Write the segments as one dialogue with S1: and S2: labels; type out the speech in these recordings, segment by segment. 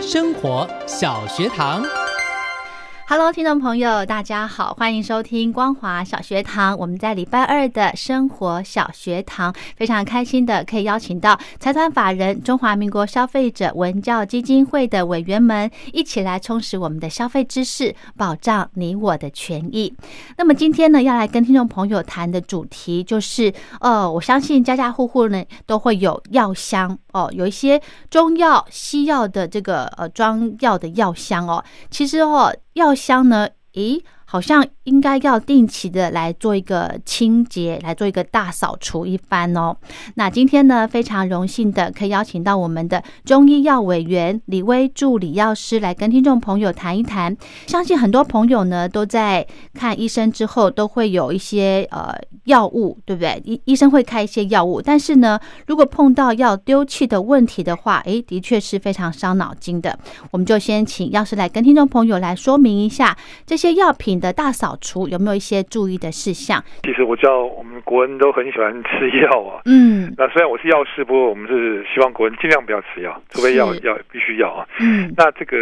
S1: 生活小学堂，
S2: Hello，听众朋友，大家好，欢迎收听光华小学堂。我们在礼拜二的生活小学堂，非常开心的可以邀请到财团法人中华民国消费者文教基金会的委员们，一起来充实我们的消费知识，保障你我的权益。那么今天呢，要来跟听众朋友谈的主题就是，呃，我相信家家户户呢都会有药箱哦，有一些中药、西药的这个呃装药的药箱哦。其实哦，药箱呢，咦，好像应该要定期的来做一个清洁，来做一个大扫除一番哦。那今天呢，非常荣幸的可以邀请到我们的中医药委员李威助理药师来跟听众朋友谈一谈。相信很多朋友呢都在看医生之后都会有一些呃药物，对不对？医医生会开一些药物，但是呢，如果碰到要丢弃的问题的话，诶，的确是非常伤脑筋的。我们就先请药师来跟听众朋友来说明一下这些药品的大扫除有没有一些注意的事项。
S3: 其实我知道我们国人都很喜欢吃药啊。
S2: 嗯
S3: 那虽然我是药师，不过我们是希望国人尽量不要吃药，除非药
S2: 是
S3: 药必须要啊。
S2: 嗯，
S3: 那这个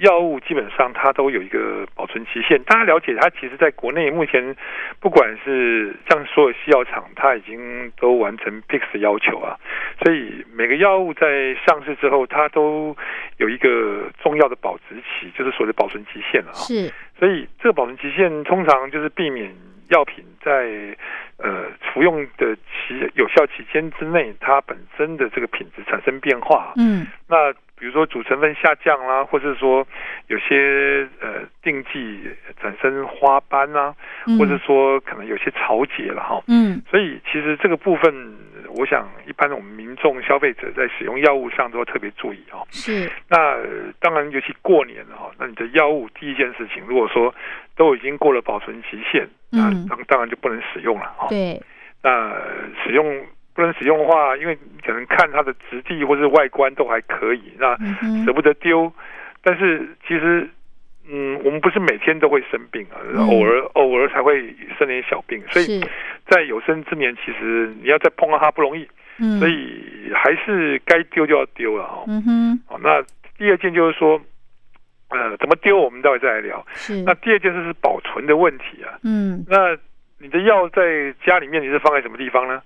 S3: 药物基本上它都有一个保存期限，大家了解它其实在国内目前不管是像所有西药厂，它已经都完成 PIX 的要求啊，所以每个药物在上市之后，它都有一个重要的保质期，就是所谓的保存期限了啊。
S2: 是
S3: 所以这个保存期限通常就是避免药品在呃服用的期有效期间之内，它本身的这个品质产生变化。
S2: 嗯
S3: 那比如说主成分下降啦、或是说有些呃定剂产生花斑啊，
S2: 嗯，
S3: 或者说可能有些潮解了哈。
S2: 嗯
S3: 所以其实这个部分，我想一般我们民众消费者在使用药物上都要特别注意哦。
S2: 是
S3: 那呃当然，尤其过年了哈、那你的药物第一件事情，如果说都已经过了保存期限，那
S2: 嗯
S3: 当当然就不能使用了哈、
S2: 对
S3: 那呃使用不能使用的话，因为你可能看它的质地或是外观都还可以，那
S2: 嗯哼
S3: 舍不得丢，但是其实。嗯，我们不是每天都会生病啊，
S2: 嗯
S3: 偶尔偶尔才会生点小病，所以
S2: 是
S3: 在有生之年，其实你要再碰到它不容易，
S2: 嗯
S3: 所以还是该丢就要丢了哦。
S2: 嗯哼
S3: 好，那第二件就是说，呃，怎么丢我们待会再来聊。
S2: 是
S3: 那第二件事是保存的问题啊。
S2: 嗯
S3: 那你的药在家里面你是放在什么地方呢？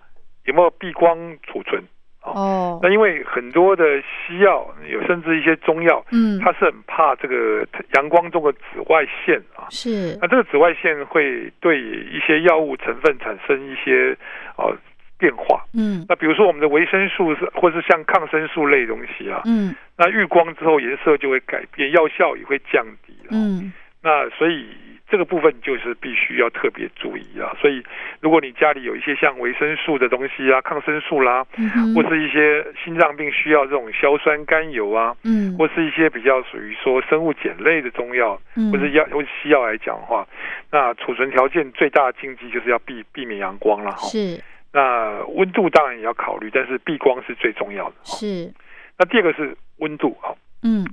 S3: 有没有避光储存？
S2: 哦
S3: 那因为很多的西药，有甚至一些中药，
S2: 嗯
S3: 它是很怕这个阳光中的紫外线啊。
S2: 是
S3: 那这个紫外线会对一些药物成分产生一些呃变化。
S2: 嗯
S3: 那比如说我们的维生素是，或是像抗生素类的东西啊，
S2: 嗯
S3: 那遇光之后颜色就会改变，药效也会降低、哦。，
S2: 嗯
S3: 那所以这个部分就是必须要特别注意啊。所以如果你家里有一些像维生素的东西啊、抗生素啦，
S2: 嗯哼
S3: 或是一些心脏病需要这种硝酸甘油啊，
S2: 嗯
S3: 或是一些比较属于说生物碱类的中药，
S2: 嗯
S3: 或是药或是西药来讲的话，那储存条件最大的禁忌就是要避避免阳光了哈。
S2: 是
S3: 那温度当然也要考虑，但是避光是最重要的。
S2: 是
S3: 那第二个是温度啊。
S2: 嗯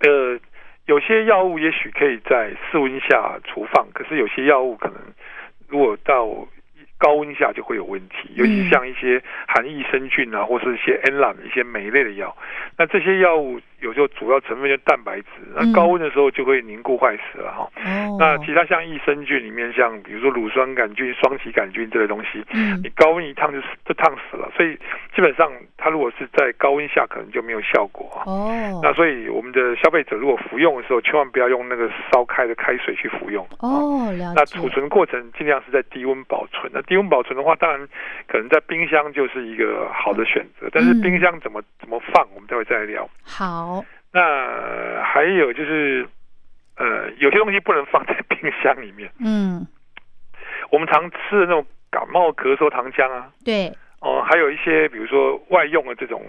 S3: 呃，有些药物也许可以在室温下储放，可是有些药物可能如果到高温下就会有问题，
S2: 嗯
S3: 尤其像一些含益生菌啊，或是一些 enlam 一些酶类的药，那这些药物有时候主要成分就蛋白质，那
S2: 嗯
S3: 高温的时候就会凝固坏死了哈、
S2: 哦哦，
S3: 那其他像益生菌里面，像比如说乳酸杆菌、双歧杆菌这类东西，
S2: 嗯
S3: 你高温一烫就死就烫死了，所以基本上它如果是在高温下，可能就没有效果啊。
S2: 哦
S3: 那所以我们的消费者如果服用的时候，千万不要用那个烧开的开水去服用。啊
S2: 哦，了
S3: 那
S2: 解
S3: 储存过程尽量是在低温保存。那低温保存的话，当然可能在冰箱就是一个好的选择，但是
S2: 嗯
S3: 冰箱怎么怎么放，我们待会再来聊。
S2: 好
S3: 那呃还有就是，呃，有些东西不能放在冰箱里面。
S2: 嗯
S3: 我们常吃的那种感冒咳嗽糖浆啊，
S2: 对
S3: 哦、还有一些比如说外用的这种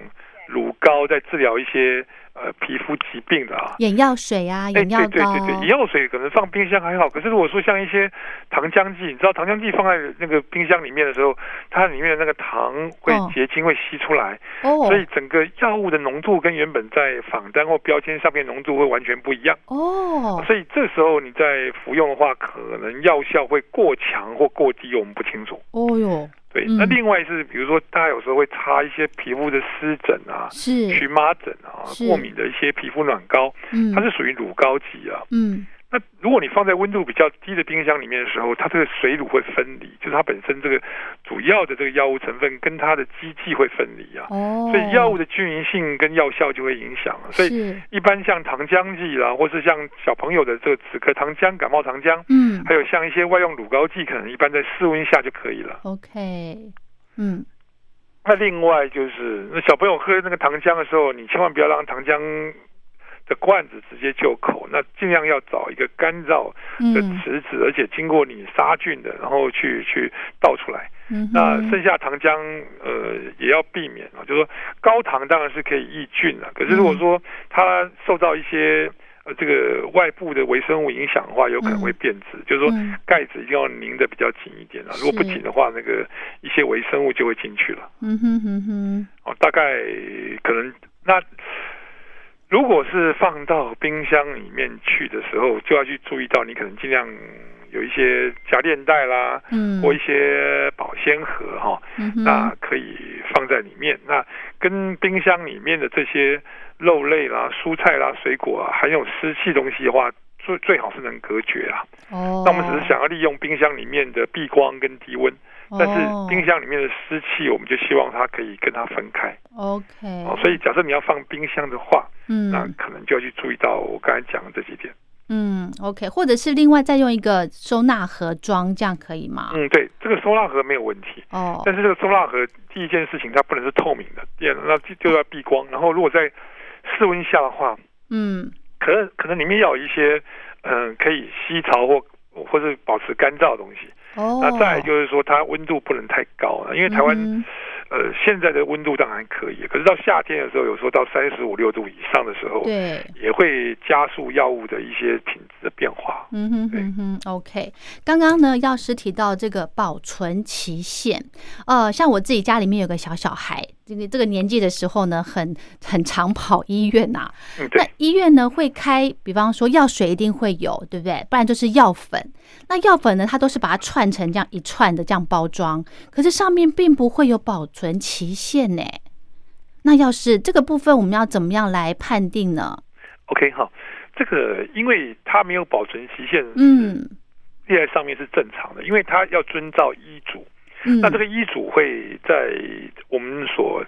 S3: 乳膏，在治疗一些呃皮肤疾病的啊。
S2: 眼药水啊
S3: 哎，
S2: 眼
S3: 对
S2: 药
S3: 对
S2: 膏
S3: 对对，眼药水可能放冰箱还好，可是如果说像一些糖浆剂，你知道糖浆剂放在那个冰箱里面的时候，它里面的那个糖会
S2: 哦
S3: 结晶会吸出来，
S2: 哦
S3: 所以整个药物的浓度跟原本在仿单或标签上面浓度会完全不一样。
S2: 哦
S3: 所以这时候你在服用的话，可能药效会过强或过低，我们不清楚。
S2: 哦哟
S3: 对，
S2: 嗯
S3: 那另外是比如说，大家有时候会擦一些皮肤的湿疹啊、荨
S2: 是
S3: 麻疹啊、
S2: 是
S3: 过敏的一些皮肤软膏，
S2: 嗯
S3: 它是属于乳膏级啊。
S2: 嗯
S3: 那如果你放在温度比较低的冰箱里面的时候，它这个水乳会分离，就是它本身这个主要的这个药物成分跟它的基剂会分离啊，
S2: 哦，
S3: 所以药物的均匀性跟药效就会影响啊了。所以
S2: 是
S3: 一般像糖浆剂啦，或是像小朋友的这个止咳糖浆、感冒糖浆，
S2: 嗯
S3: 还有像一些外用乳膏剂，可能一般在室温下就可以了。
S2: OK 嗯
S3: 那另外就是，那小朋友喝那个糖浆的时候，你千万不要让糖浆的罐子直接就口，那尽量要找一个干燥的
S2: 嗯
S3: 池子，而且经过你杀菌的，然后去去倒出来。
S2: 嗯
S3: 那
S2: 哼
S3: 剩下糖浆呃也要避免啊，就是说高糖当然是可以抑菌的，可是如
S2: 嗯
S3: 果说它受到一些呃这个外部的微生物影响的话，有可能会变质，就是说
S2: 嗯
S3: 盖子一定要拧得比较紧一点啊，如果不
S2: 是
S3: 紧的话，那个一些微生物就会进去了。
S2: 嗯哼哼哼
S3: 哦，大概可能那如果是放到冰箱里面去的时候，就要去注意到你可能尽量有一些夹链袋啦，
S2: 嗯
S3: 或一些保鲜盒哈、
S2: 嗯哼
S3: 那可以放在里面。那跟冰箱里面的这些肉类啦、蔬菜啦、水果啊，含有湿气东西的话。最最好是能隔绝啊。
S2: 哦，
S3: 那我们只是想要利用冰箱里面的避光跟低温，
S2: 哦，
S3: 但是冰箱里面的湿气，我们就希望它可以跟它分开。
S2: OK，
S3: 哦，所以假设你要放冰箱的话，那
S2: 嗯
S3: 可能就要去注意到我刚才讲的这几点。
S2: 嗯 OK，或者是另外再用一个收纳盒装，这样可以吗？
S3: 嗯，对，这个收纳盒没有问题，
S2: 啊哦，
S3: 但是这个收纳盒第一件事情它不能是透明的，第二那就就要
S2: 哦
S3: 避光。然后如果在室温下的话，
S2: 嗯
S3: 可能可能里面要有一些嗯、可以吸潮或或是保持干燥的东西。
S2: 哦，
S3: 那再来就是说它温度不能太高啊了，因为台湾、
S2: 嗯
S3: 呃现在的温度当然可以，可是到夏天的时候，有时候到三十五六度以上的时候，
S2: 对。
S3: 也会加速药物的一些品质的变化。
S2: 嗯哼
S3: 对
S2: 哼哼，OK。刚刚呢，药师提到这个保存期限，呃，像我自己家里面有个小小孩，这个这个年纪的时候呢，很很常跑医院呐、
S3: 嗯，对
S2: 那。医院呢会开，比方说药水一定会有，对不对？不然就是药粉。那药粉呢，它都是把它串成这样一串的这样包装，可是上面并不会有保存期限呢。那要是这个部分，我们要怎么样来判定呢？
S3: OK 好，这个因为它没有保存期限，
S2: 嗯
S3: 列在上面是正常的，因为它要遵照医嘱。
S2: 嗯，
S3: 那这个医嘱会在我们所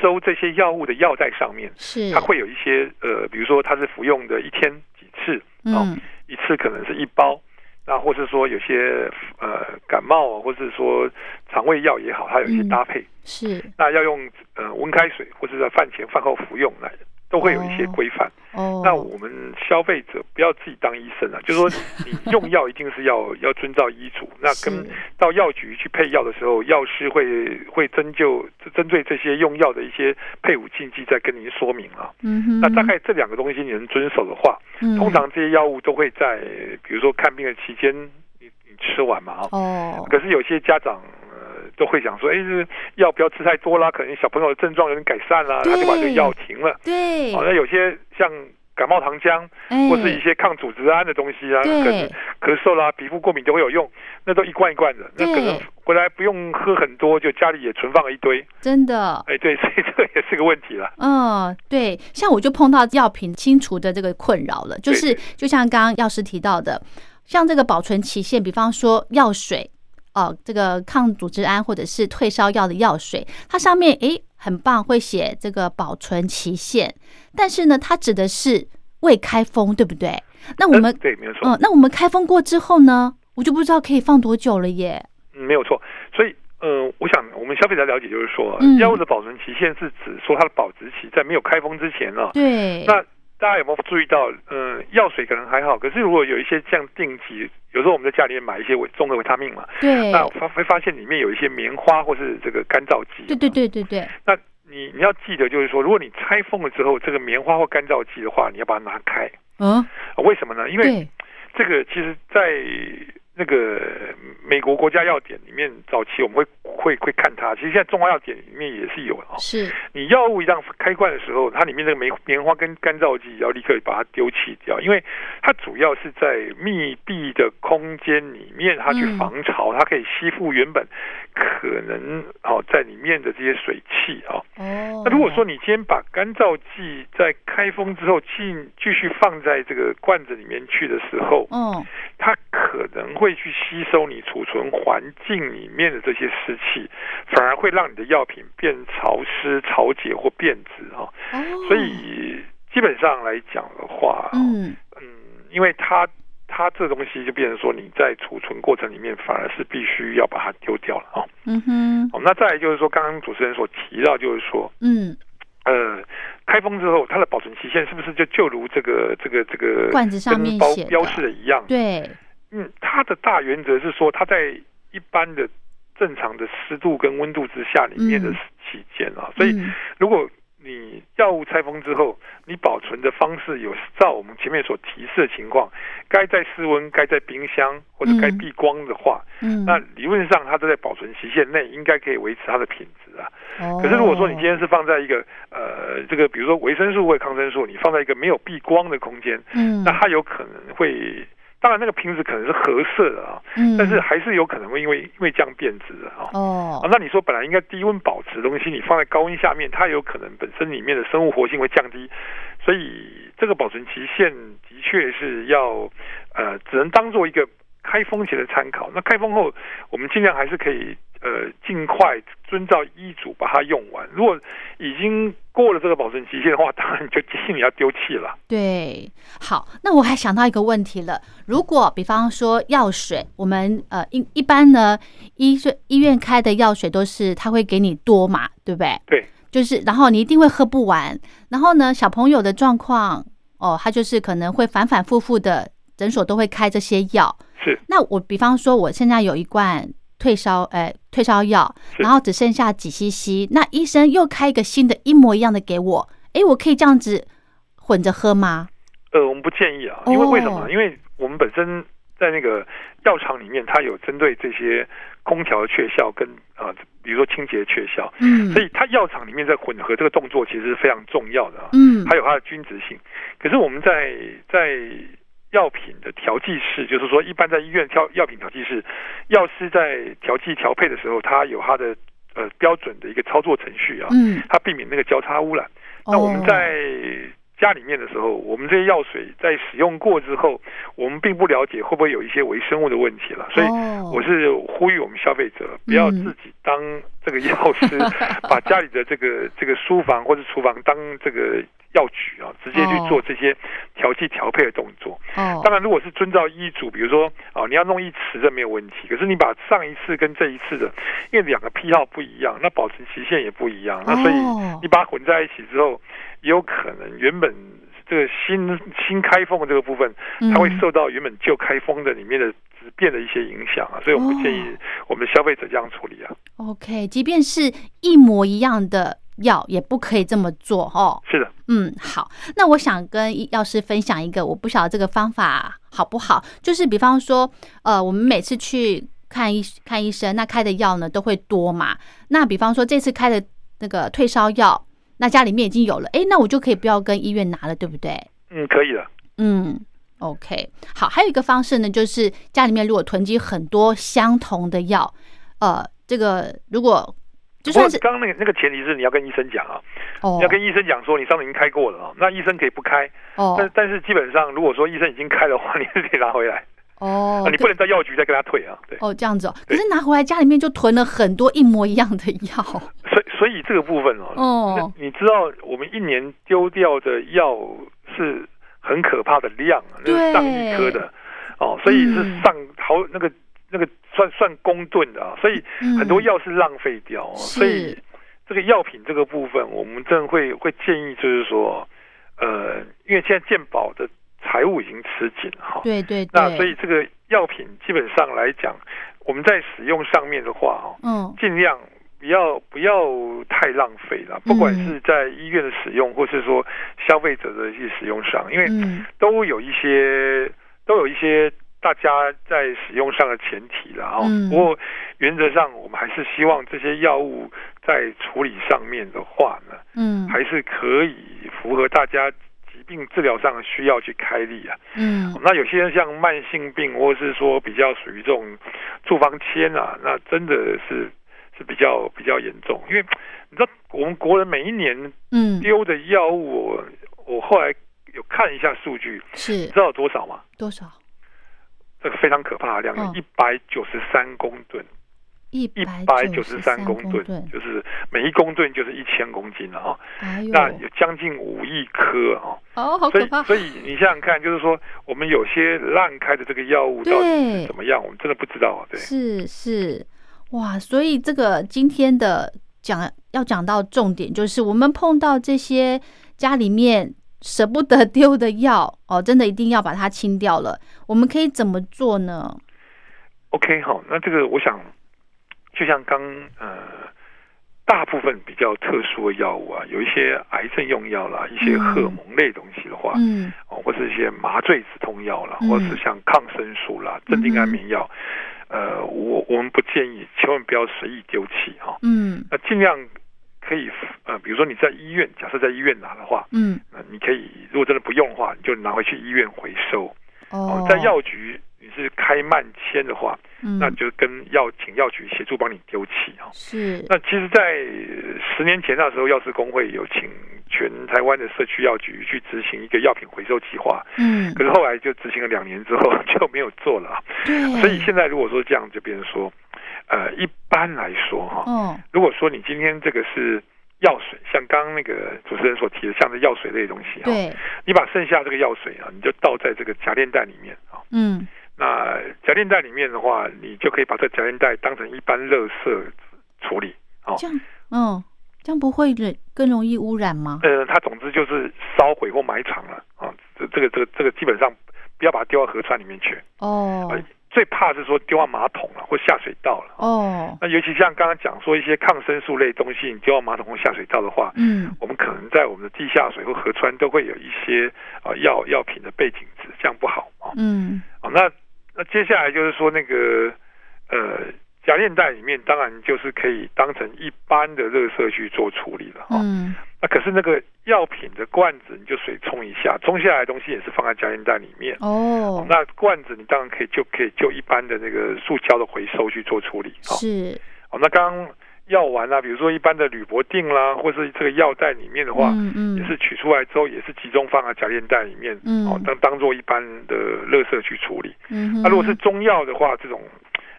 S3: 收这些药物的药袋上面，
S2: 是
S3: 它会有一些呃，比如说它是服用的一天几次，哦
S2: 嗯
S3: 一次可能是一包。那或是说有些呃感冒，或是说肠胃药也好，它有一些
S2: 嗯
S3: 搭配。
S2: 是
S3: 那要用呃温开水或者在饭前饭后服用来，都会有一些规范。
S2: 哦，
S3: 那我们消费者不要自己当医生 啊，就是说你用药一定是要要遵照医嘱。那跟
S2: 是
S3: 到药局去配药的时候，药师会会针灸针对这些用药的一些配伍禁忌再跟您说明啊。
S2: 嗯哼，嗯
S3: 那大概这两个东西你能遵守的话，通常这些药物都会在比如说看病的期间你你吃完嘛啊。
S2: 嗯哦
S3: 可是有些家长呃都会想说，哎，这药不要吃太多啦，可能小朋友的症状有点改善啦，
S2: 对
S3: 他就把这个药停了。
S2: 对
S3: 好、，那有些像感冒糖浆
S2: 哎
S3: 或是一些抗组织胺的东西啊，可能
S2: 对
S3: 咳嗽啦、皮肤过敏都会有用，那都一罐一罐的，那
S2: 对
S3: 可能回来不用喝很多，就家里也存放了一堆。
S2: 真的。
S3: 哎，对，所 以这个也是个问题啦。
S2: 嗯，对，像我就碰到药品清除的这个困扰了，就
S3: 对
S2: 是就像刚刚药师提到的，像这个保存期限，比方说药水，哦、这个抗组织胺或者是退烧药的药水，它上面诶很棒，会写这个保存期限，但是呢，它指的是未开封，对不对？那我们
S3: 嗯对没有错，
S2: 嗯，那我们开封过之后呢，我就不知道可以放多久了耶。
S3: 嗯没有错。所以，呃，我想我们消费者了解就是说，
S2: 嗯
S3: 药物的保存期限是指说它的保质期在没有开封之前啊。
S2: 对，
S3: 那大家有没有注意到，呃，药水可能还好，可是如果有一些像定期，有时候我们在家里面买一些维综合维他命嘛，
S2: 对，
S3: 那发会发现里面有一些棉花或是这个干燥剂。
S2: 对对。对对对，
S3: 那你你要记得就是说，如果你拆封了之后，这个棉花或干燥剂的话，你要把它拿开。
S2: 嗯，
S3: 呃为什么呢？因为
S2: 对，
S3: 这个其实，在那个美国国家药典里面，早期我们会会会看它。其实现在中华药典里面也是有的哦。
S2: 是，
S3: 你药物一旦开罐的时候，它里面那个棉棉花跟干燥剂要立刻把它丢弃掉，因为它主要是在密闭的空间里面，它去
S2: 嗯
S3: 防潮，它可以吸附原本可能哦在里面的这些水汽哦。
S2: 哦。
S3: 那如果说你今天把干燥剂在开封之后进继续放在这个罐子里面去的时候，
S2: 嗯，
S3: 它可能会去吸收你储存环境里面的这些湿气，反而会让你的药品变潮湿、潮解或变质哈、
S2: 哦，
S3: 所，以基本上来讲的话，
S2: 嗯，
S3: 嗯，因为它它这东西就变成说你在储存过程里面反而是必须要把它丢掉了哦。
S2: 嗯哼，
S3: 好，那再来就是说，刚刚主持人所提到，就是说，
S2: 嗯，
S3: 呃，开封之后它的保存期限是不是就就如这个这个这个
S2: 罐子上面
S3: 跟包
S2: 写的
S3: 标示的一样？
S2: 对，
S3: 嗯，它的大原则是说，它在一般的正常的湿度跟温度之下里面的
S2: 嗯
S3: 期间啊，所以
S2: 嗯
S3: 如果你药物拆封之后，你保存的方式有照我们前面所提示的情况，该在室温、该在冰箱或者该
S2: 嗯
S3: 避光的话，
S2: 嗯，
S3: 那理论上它都在保存期限内，应该可以维持它的品质啊。
S2: 哦
S3: 可是如果说你今天是放在一个呃这个，比如说维生素或者抗生素，你放在一个没有避光的空间，
S2: 嗯，
S3: 那它有可能会，当然那个瓶子可能是合适的啊，
S2: 嗯，
S3: 但是还是有可能会因为因为这样变质的啊。啊
S2: 哦，，
S3: 那你说本来应该低温保持的东西，你放在高温下面，它有可能本身里面的生物活性会降低，所以这个保存期限的确是要，呃，只能当做一个开封前的参考。那开封后，我们尽量还是可以，呃，尽快遵照医嘱把它用完。如果已经过了这个保存期限的话，当然就 建议你要丢弃了。
S2: 对，好，那我还想到一个问题了。如果比方说药水，我们呃一一般呢，医生医院开的药水都是他会给你多嘛，对不对？
S3: 对，
S2: 就是然后你一定会喝不完。然后呢，小朋友的状况哦，他就是可能会反反复复的，诊所都会开这些药。
S3: 是，
S2: 那我比方说，我现在有一罐退烧，呃，退烧药，
S3: 是
S2: 然后只剩下几 CC，那医生又开一个新的一模一样的给我，诶，我可以这样子混着喝吗？
S3: 呃，我们不建议啊，
S2: 哦
S3: 因为为什么呢？因为我们本身在那个药厂里面，它有针对这些空调的确效跟啊、呃比如说清洁的确效，
S2: 嗯
S3: 所以它药厂里面在混合这个动作其实是非常重要的啊，
S2: 嗯，
S3: 还有它的均值性。可是我们在在药品的调剂室，就是说一般在医院调药品调剂室，药师在调剂调配的时候，它有它的呃标准的一个操作程序啊，
S2: 嗯，
S3: 它避免那个交叉污染。那我们
S2: 哦
S3: 在家里面的时候，我们这些药水在使用过之后，我们并不了解会不会有一些微生物的问题了，所以。
S2: 哦
S3: 我是呼吁我们消费者不要自己当这个药 师，把家里的这个这个书房或者厨房当这个药局啊，直接去
S2: 哦
S3: 做这些调剂调配的动作。
S2: 哦，
S3: 当然，如果是遵照医嘱，比如说哦，你要弄一匙，这没有问题。可是你把上一次跟这一次的，因为两个批号不一样，那保存期限也不一样，那所以
S2: 哦
S3: 你把它混在一起之后，也有可能原本这个新新开封的这个部分，它会
S2: 嗯
S3: 受到原本旧开封的里面的质变的一些影响啊，所以我
S2: 哦
S3: 们不建议我们的消费者这样处理啊。
S2: OK，即便是一模一样的药，也不可以这么做哦。
S3: 是的，
S2: 嗯，好，那我想跟医药师分享一个，我不晓得这个方法好不好，就是比方说，呃，我们每次去看医看医生，那开的药呢都会多嘛，那比方说这次开的那个退烧药，那家里面已经有了，诶，那我就可以不要跟医院拿了，对不对？
S3: 嗯，可以的。
S2: 嗯，OK，好，还有一个方式呢，就是家里面如果囤积很多相同的药，呃，这个如果就
S3: 不过
S2: 算是
S3: 刚刚那个那个前提是你要跟医生讲啊，
S2: 哦
S3: 你要跟医生讲说你上次已经开过了啊，那医生可以不开。
S2: 哦
S3: 但但是基本上，如果说医生已经开的话，你是可以拿回来。
S2: 哦
S3: 啊，你不能到药局再跟他退啊，对。
S2: 哦，这样子哦。可是拿回来家里面就囤了很多一模一样的药。
S3: 所以所以这个部分哦，
S2: 哦，
S3: 你知道我们一年丢掉的药是很可怕的量啊，那
S2: 对
S3: 是上亿颗的哦，所以是
S2: 嗯
S3: 上好那个那个算算公吨的啊，所以
S2: 嗯
S3: 很多药是浪费掉、哦，
S2: 是
S3: 所以这个药品这个部分，我们真的会会建议就是说，呃，因为现在健保的财务已经吃紧了哈，
S2: 对对对。
S3: 那所以这个药品基本上来讲，我们在使用上面的话哦，
S2: 嗯
S3: 尽量不要不要太浪费了，
S2: 嗯
S3: 不管是在医院的使用，或是说消费者的一些使用上，因为
S2: 嗯
S3: 都有一些都有一些大家在使用上的前提啦。哦。
S2: 嗯
S3: 不过原则上，我们还是希望这些药物在处理上面的话呢，
S2: 嗯
S3: 还是可以符合大家疾病治疗上的需要去开立啊。
S2: 嗯
S3: 那有些人像慢性病，或是说比较属于这种处方签啊，那真的是是比较比较严重，因为你知道我们国人每一年
S2: 嗯，
S3: 丢的药物，我我后来有看一下数据，
S2: 是
S3: 你知道有多少吗？
S2: 多少？
S3: 这个非常可怕的量
S2: 哦，
S3: 一百九十三公吨，
S2: 一
S3: 一
S2: 百
S3: 百九十三公吨，就是每一公吨就是一千公斤了啊、
S2: 哎呦，
S3: 那有将近五亿颗啊、
S2: 哦，好
S3: 所
S2: 可
S3: 以
S2: 怕。
S3: 所以你想想看，就是说我们有些滥开的这个药物到底
S2: 对
S3: 怎，么样，我们真的不知道啊。对，
S2: 是是，哇，所以这个今天的讲要讲到重点，就是我们碰到这些家里面舍不得丢的药哦，真的一定要把它清掉了。我们可以怎么做呢？
S3: OK，好，那这个我想，就像刚呃，大部分比较特殊的药物啊，有一些癌症用药啦，一些
S2: 嗯
S3: 荷尔蒙类东西的话，
S2: 嗯
S3: 哦，或是一些麻醉止痛药啦，
S2: 嗯
S3: 或是像抗生素啦、镇定安眠药，呃，我我们不建议，千万不要随意丢弃哈、哦。
S2: 嗯
S3: 那尽量可以呃，比如说你在医院，假设在医院拿的话，
S2: 嗯，
S3: 呃，你可以如果真的不用的话，你就拿回去医院回收。
S2: 哦，
S3: 在药局你是开慢签的话，
S2: 嗯
S3: 那就跟药请药局协助帮你丢弃啊。
S2: 是
S3: 那其实，在呃十年前那时候，药师工会有请全台湾的社区药局去执行一个药品回收计划，
S2: 嗯
S3: 可是后来就执行了两年之后就没有做了啊。
S2: 对，
S3: 所以现在如果说这样，就变成说，呃，一般来说哈、
S2: 哦
S3: 如果说你今天这个是药水，像刚刚那个主持人所提的，像是药水类的东西哈、
S2: 对
S3: 你把剩下这个药水啊，你就倒在这个夹链袋里面啊、
S2: 嗯
S3: 那夹链袋里面的话，你就可以把这夹链袋当成一般垃圾处理。哦
S2: 这样嗯这样不会惹更容易污染吗？
S3: 呃，它总之就是烧毁或埋藏了啊、这这个这个这个基本上不要把它丢到河川里面去。
S2: 哦
S3: 哎最怕是说丢到马桶了或下水道了。
S2: 哦
S3: 那尤其像刚刚讲说一些抗生素类东西，你丢到马桶或下水道的话，
S2: 嗯
S3: 我们可能在我们的地下水或河川都会有一些啊、呃药药品的背景值，这样不好啊。
S2: 嗯
S3: 哦，那那接下来就是说那个呃夹链袋里面，当然就是可以当成一般的垃圾去做处理了哈、哦。
S2: 嗯
S3: 那可是那个药品的罐子，你就水冲一下，冲下来的东西也是放在夹链袋里面。
S2: 哦
S3: 那罐子你当然可以就可以就一般的那个塑胶的回收去做处理。哦，
S2: 是
S3: 哦那刚刚药丸啦、比如说一般的铝箔锭啦，或是这个药袋里面的话，
S2: 嗯嗯
S3: 也是取出来之后也是集中放在夹链袋里面，
S2: 嗯
S3: 哦，当当做一般的垃圾去处理。
S2: 嗯哼，
S3: 那、啊如果是中药的话，这种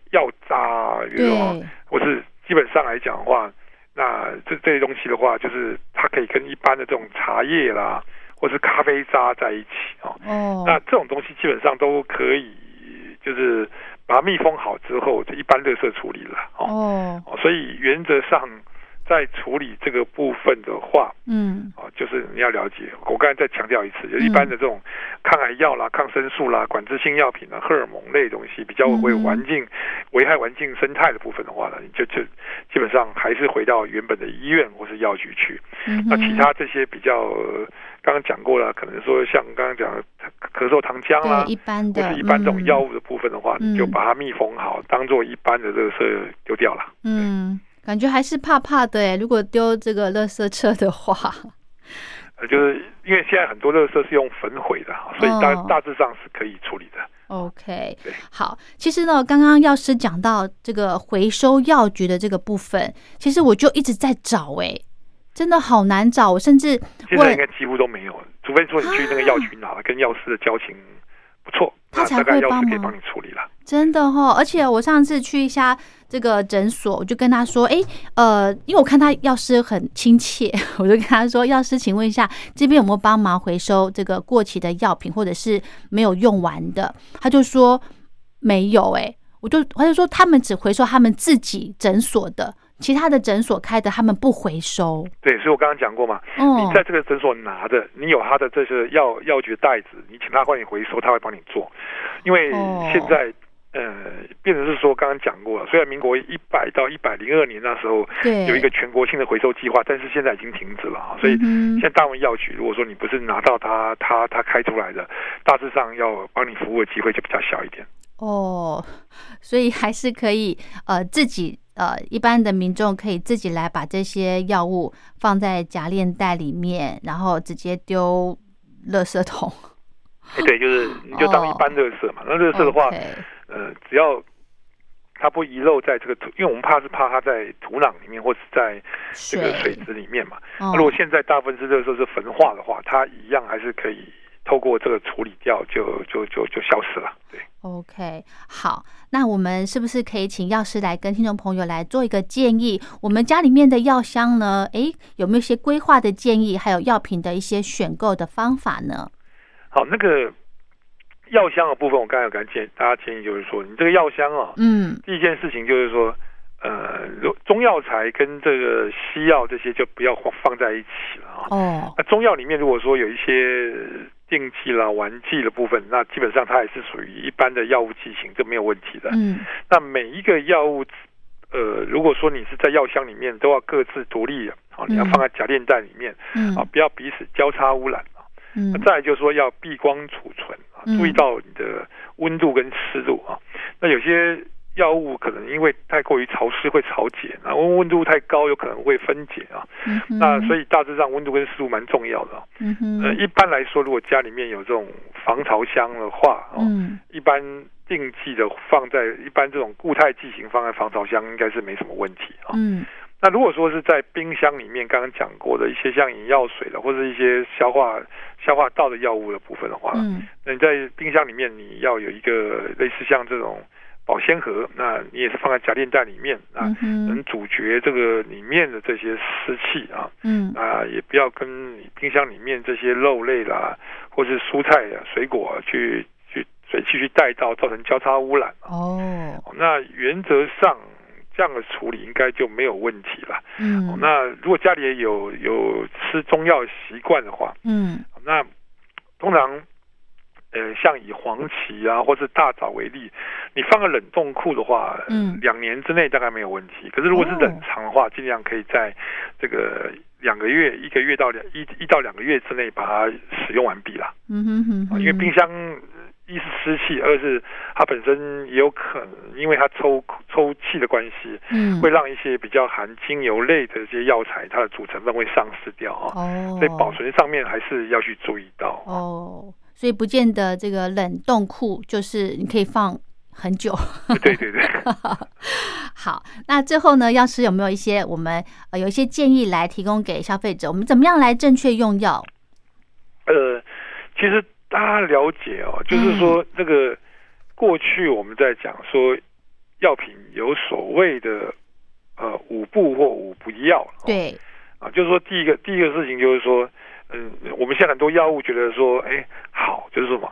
S3: 药渣啊，比如说
S2: 对，
S3: 或是基本上来讲的话，那这这些东西的话，就是它可以跟一般的这种茶叶啦，或是咖啡渣在一起哦。
S2: 哦，
S3: 那这种东西基本上都可以，就是把它密封好之后，就一般垃圾处理了哦。
S2: 哦，
S3: 哦所以原则上在处理这个部分的话，
S2: 嗯
S3: 啊，就是你要了解，我刚才再强调一次，就是一般的这种抗癌药啦、抗生素啦、管制性药品啦、啊荷尔蒙类东西，比较会
S2: 嗯哼
S3: 环境危害环境生态的部分的话呢，你就就基本上还是回到原本的医院或是药局去。
S2: 嗯哼，
S3: 那其他这些比较，呃刚刚讲过了，可能说像刚刚讲的咳嗽糖浆啦
S2: 对一，般
S3: 或
S2: 的，
S3: 是一般这种药
S2: 嗯
S3: 物的部分的话，
S2: 嗯
S3: 你就把它密封好，当做一般的垃圾丢掉了。
S2: 嗯，感觉还是怕怕的哎，如果丢这个垃圾车的话，
S3: 呃，就是因为现在很多垃圾是用焚毁的哈，所以大、
S2: 哦
S3: 大致上是可以处理的。
S2: OK，
S3: 对
S2: 好，其实呢，刚刚药师讲到这个回收药局的这个部分，其实我就一直在找哎，真的好难找，我甚至
S3: 现在应
S2: 问
S3: 该几乎都没有，除非说你去那个药局拿了，跟药师的交情不错。
S2: 他
S3: 那
S2: 才
S3: 大概
S2: 会
S3: 药
S2: 帮
S3: 师可以
S2: 忙
S3: 帮你处理了。
S2: 真的哦，而且我上次去一下这个诊所，我就跟他说，诶，呃，因为我看他药师很亲切， 我就跟他说，药师，请问一下，这边有没有帮忙回收这个过期的药品或者是没有用完的？他就说没有、诶，我就他就说他们只回收他们自己诊所的，其他的诊所开的他们不回收。
S3: 对，所以我刚刚讲过嘛，
S2: 哦
S3: 你，在这个诊所拿的，你有他的这些药药局的袋子，你请他帮你回收，他会帮你做。因为
S2: 哦
S3: 现在、呃，变成是说刚刚讲过了，虽然民国一百到一百零二年那时候
S2: 对，
S3: 有一个全国性的回收计划，但是现在已经停止了啊，所以。
S2: 嗯哼
S3: 现在大文药局，如果说你不是拿到他他他开出来的，大致上要帮你服务的机会就比较小一点。
S2: 哦，所以还是可以呃自己呃一般的民众可以自己来把这些药物放在夹链袋里面，然后直接丢垃圾桶。
S3: 哎 对，就是你就当一般热色嘛。那热色的话
S2: 哦 OK
S3: 呃，只要它不遗漏在这个土，因为我们怕是怕它在土壤里面或是在 这个水
S2: 水，
S3: 质里面嘛。
S2: 哦
S3: 那如果现在大部分是热色是焚化的话，它一样还是可以透过这个处理掉，就就就就消失了。对，
S2: OK，好，那我们是不是可以请药师来跟听众朋友来做一个建议？我们家里面的药箱呢，诶，有没有一些规划的建议，还有药品的一些选购的方法呢？
S3: 好，那个药箱的部分，我刚才有跟建大家建议就是说，你这个药箱啊、
S2: 嗯，
S3: 第一件事情就是说。呃，如中药材跟这个西药这些就不要放放在一起了啊、
S2: 哦，
S3: 那中药里面如果说有一些定剂啦、丸剂的部分，那基本上它也是属于一般的药物剂型，这没有问题的。
S2: 嗯，
S3: 那每一个药物，呃，如果说你是在药箱里面，都要各自独立的，好、你要
S2: 嗯
S3: 放在夹链袋里面，
S2: 嗯
S3: 啊、，不要彼此交叉污染。
S2: 嗯
S3: 那，再来就是说要避光储存啊，
S2: 嗯
S3: 注意到你的温度跟湿度啊。那有些药物可能因为太过于潮湿会潮解，然后温度太高有可能会分解啊。那所
S2: 以，
S3: 以大致上温度跟湿度蛮重要的、啊。
S2: 嗯哼
S3: 呃，一般来说，如果家里面有这种防潮箱的话，哦，
S2: 嗯
S3: 一般定剂的放在一般这种固态剂型放在防潮箱应该是没什么问题啊、哦
S2: 嗯
S3: 那如果说是在冰箱里面，刚刚讲过的一些像饮药水的或者一些消化消化道的药物的部分的话，
S2: 嗯
S3: 那你在冰箱里面你要有一个类似像这种保鲜盒，那你也是放在夹链袋里面啊。
S2: 嗯
S3: 能
S2: 哼
S3: 阻绝这个里面的这些湿气啊，
S2: 嗯
S3: 啊，也不要跟你冰箱里面这些肉类啦，或是蔬菜啊、水果啊去去水汽去带到，造成交叉污染。
S2: 哦
S3: 哦那原则上这样的处理应该就没有问题了。哦
S2: 嗯
S3: 那如果家里也有有吃中药习惯的话，
S2: 嗯
S3: 那通常。呃，像以黄芪啊，或是大枣为例，你放个冷冻库的话，
S2: 嗯
S3: 两年之内大概没有问题。可是如果是冷
S2: 哦
S3: 藏的话，尽量可以在这个两个月、一个月到两一一到两个月之内把它使用完毕啦。
S2: 嗯哼哼
S3: 啊
S2: 哼，
S3: 因为冰箱呃一是湿气，二是它本身也有可能因为它抽抽气的关系，
S2: 嗯
S3: 会让一些比较含精油类的这些药材，它的主成分会丧失掉啊。
S2: 哦，
S3: 所以保存上面还是要去注意 到。
S2: 哦，所以不见得这个冷冻库就是你可以放很久。
S3: 对对对，
S2: 好，那最后呢，药师有没有一些我们呃有一些建议来提供给消费者？我们怎么样来正确用药？
S3: 哦呃，其实大家了解哦，就是说这个过去我们在讲说药品有所谓的呃五不或五不要，哦
S2: 对，
S3: 啊，就是说第一个第一个事情就是说，嗯，我们现在很多药物觉得说，哎，好，就是什么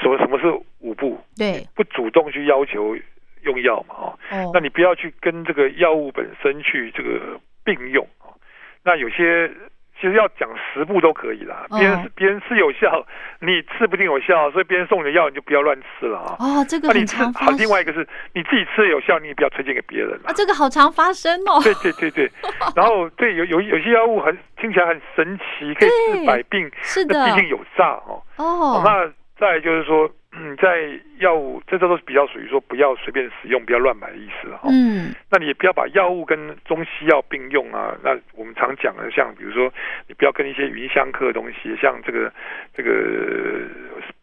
S3: 什么什么是五不，
S2: 对，
S3: 不主动去要求用药嘛，哦，
S2: 哦，
S3: 那你不要去跟这个药物本身去这个并用啊。那有些其实要讲十步都可以啦，
S2: 哦
S3: 别人别人吃有效，你吃不一定有效，所以别人送你的药你就不要乱吃了啊。
S2: 哦，这个
S3: 那你
S2: 很
S3: 吃
S2: 常
S3: 好，
S2: 发
S3: 另外一个是你自己吃有效，你也不要推荐给别人
S2: 啊，
S3: 啊。
S2: 这个好常发生哦。
S3: 对对对对， 然后对有有有些药物很听起来很神奇，可以
S2: 对
S3: 治百病，
S2: 是
S3: 那
S2: 的
S3: 毕，竟有诈哦。
S2: 哦，
S3: 那再来就是说，嗯，在药物这这都是比较属于说不要随便使用，不要乱买的意思了哦。
S2: 嗯
S3: 那你也不要把药物跟中西药并用啊。那我们常讲的，像比如说，你不要跟一些云香科的东西，像这个这个呃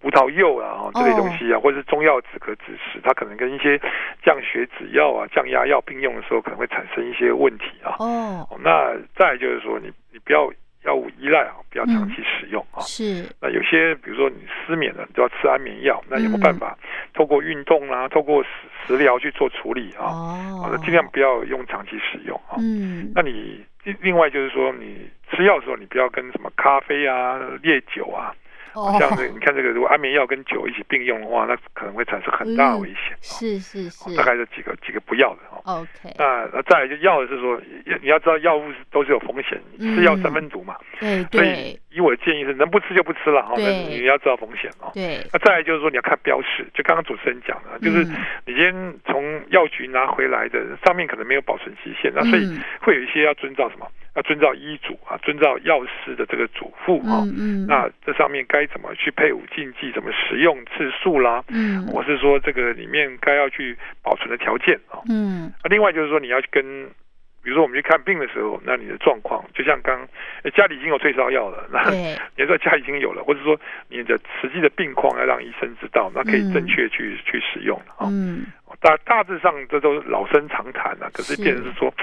S3: 葡萄柚啊
S2: 哦
S3: 哦这类东西啊，或者是中药止咳止食，它可能跟一些降血脂药啊、降压药并用的时候，可能会产生一些问题啊。
S2: 哦，
S3: 哦那再来就是说，你你不要药物依赖啊，不要长期使用啊。
S2: 是，
S3: 那有些比如说你失眠了，你就要吃安眠药，那有
S2: 嗯
S3: 没有办法透过运动啊，透过食食疗去做处理啊？啊
S2: 哦
S3: 那，尽量不要用长期使用啊。
S2: 嗯
S3: 那你另另外就是说，你吃药的时候，你不要跟什么咖啡啊、烈酒啊，
S2: 哦
S3: 像这个你看这个，如果安眠药跟酒一起并用的话，那可能会产生很大的危险。啊
S2: 嗯是是是
S3: 大概这几个几个不要的哦。
S2: ，OK，
S3: 那那再来就药的是说，你你要知道药物是都是有风险，
S2: 嗯
S3: 吃药三分毒嘛。
S2: 对
S3: 所以
S2: 对
S3: 以我的建议是，能不吃就不吃了哈、哦，
S2: 对
S3: 但是你要知道风险哦。
S2: 对，
S3: 那再来就是说，你要看标识，就刚刚主持人讲的，就是
S2: 嗯
S3: 你今天从药局拿回来的，上面可能没有保存期限，那啊所以
S2: 嗯
S3: 会有一些要遵照什么？要遵照医嘱啊，遵照药师的这个嘱咐啊。
S2: 嗯嗯，
S3: 那这上面该怎么去配伍禁忌，怎么食用次数啦，
S2: 嗯
S3: 我是说这个里面该要去保存的条件啊。
S2: 嗯
S3: 那另外就是说，你要去跟，比如说我们去看病的时候，那你的状况，就像刚呃家里已经有退烧药了，那
S2: 对，
S3: 你在家已经有了，或者说你的实际的病况要让医生知道，那可以
S2: 嗯
S3: 正确去、去使用啊。
S2: 嗯
S3: 大大致上这都老生常谈了、啊，可是
S2: 是
S3: 变成是说，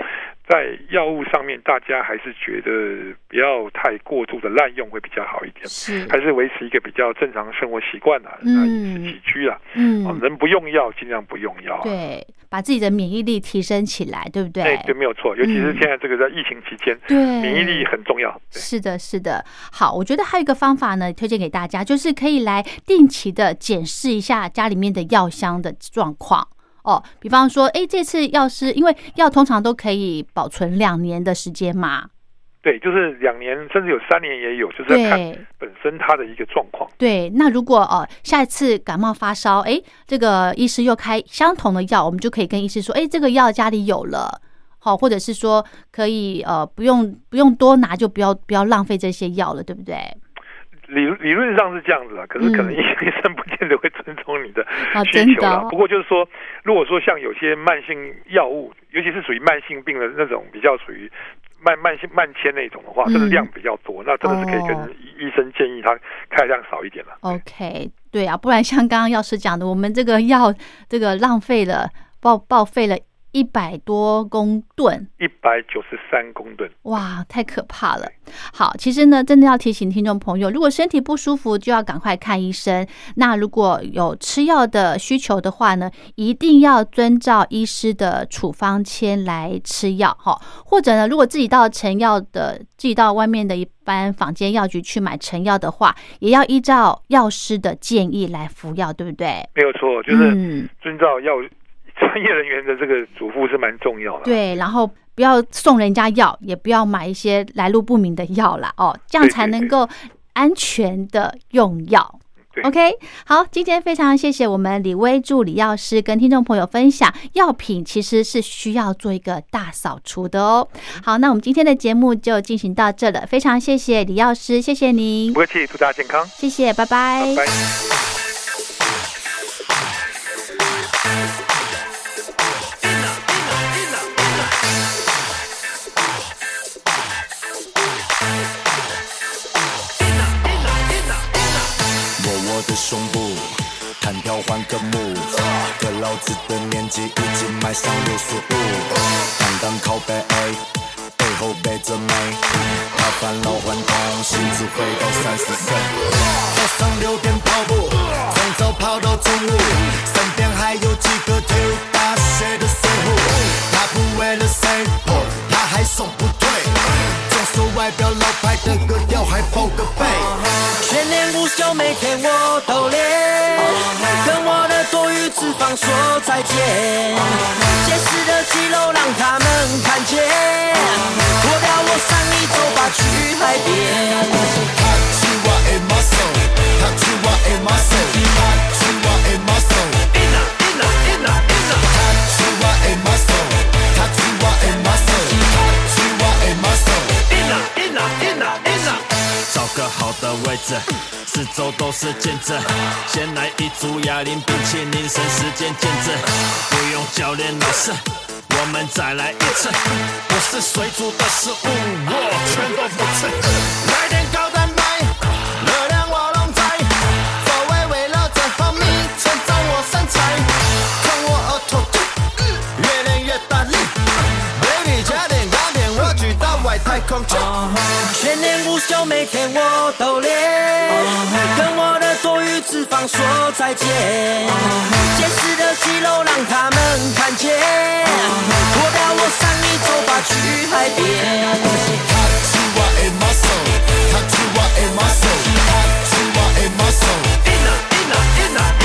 S3: 在药物上面，大家还是觉得不要太过度的滥用会比较好一点。
S2: 是，
S3: 还是维持一个比较正常生活习惯啦，
S2: 嗯
S3: 那饮食起居啦，啊，
S2: 嗯
S3: 能不用药尽量不用药啊。
S2: 对，把自己的免疫力提升起来，对不
S3: 哎
S2: 对？
S3: 对，没有错，尤其是
S2: 嗯
S3: 现在这个在疫情期间，
S2: 对，
S3: 免疫力很重要。对，
S2: 是的，是的。好，我觉得还有一个方法呢，推荐给大家，就是可以来定期的检视一下家里面的药箱的状况。哦，比方说，哎，这次药师，因为药通常都可以保存两年的时间嘛，
S3: 对，就是两年甚至有三年也有，就是要看
S2: 对
S3: 本身它的一个状况。
S2: 对。那如果哦，下一次感冒发烧，哎，这个医师又开相同的药，我们就可以跟医师说，哎，这个药家里有了。好，或者是说可以呃，不用不用多拿，就不要不要浪费这些药了，对不对？
S3: 理理论上是这样子啦，可是可能
S2: 嗯
S3: 医医生不见得会遵从你的
S2: 啊，
S3: 需
S2: 真
S3: 求
S2: 的
S3: 啦。
S2: 哦，
S3: 不过就是说，如果说像有些慢性药物，尤其是属于慢性病的那种比较属于。慢慢性慢切那种的话，
S2: 嗯
S3: 真的量比较多，那真的是可以跟
S2: 哦
S3: 医医生建议他开量少一点了。
S2: OK，对啊，不然像刚刚药师讲的，我们这个药这个浪费了报报废了一百多公吨，
S3: 一百九十三公吨，
S2: 哇，太可怕了。好，其实呢，真的要提醒听众朋友，如果身体不舒服，就要赶快看医生。那如果有吃药的需求的话呢，一定要遵照医师的处方签来吃药哈。或者呢，如果自己到成药的，自己到外面的一般坊间药局去买成药的话，也要依照药师的建议来服药，对不对？
S3: 没有错，就是
S2: 嗯，
S3: 遵照药专业人员的这个嘱咐是蛮重要的。
S2: 对，然后不要送人家药，也不要买一些来路不明的药啦，哦，这样
S3: 对
S2: 才
S3: 对
S2: 能
S3: 对
S2: 够安全的用药。
S3: 对
S2: OK，好，今天非常谢谢我们李威助理药师跟听众朋友分享，药品其实是需要做一个大扫除的哦。好，那我们今天的节目就进行到这了，非常谢谢李药师，谢谢您
S3: 不，客气，祝大家健康，
S2: 谢谢，拜拜。
S3: 拜拜。
S4: 摸我的胸部，弹跳换个 move，可老子的年纪已经迈向六十五，坦荡靠背，哎背后背着妹，他返老还童，心智回到三十岁。早上六点跑步，从早跑到中午，身边还有几个体育大学的生物，他不为了谁破，他还手不退，总是外表老派的格调，还包个背。
S5: 全年无休，每天我都练，跟我的多余脂肪说再见，结实的肌肉让他们看见，脱掉我上衣，走吧，去海边。
S4: Hot you are in my soul. Hot you are in my soul. Hot you are in my soul. Hot you are in my soul. Hot you are in my soul. Hot you are in my soul.
S5: 找个好的位置，四周都是见证。先来一组哑铃，冰淇淋，省时间见证。不用教练老师，我们再来一次。不是水煮的食物，我全都不吃。来点高蛋白，热量我拢在。所谓围绕着毫米称赞我身材，看我额头就越练越大力。Baby 加点高点，我举到外太空去。全年无
S6: 给我兜脸，跟我的多余脂肪说再见，结实的肌肉让他们看见，我到我三里走吧，去海边。
S5: Inner, inner, inner.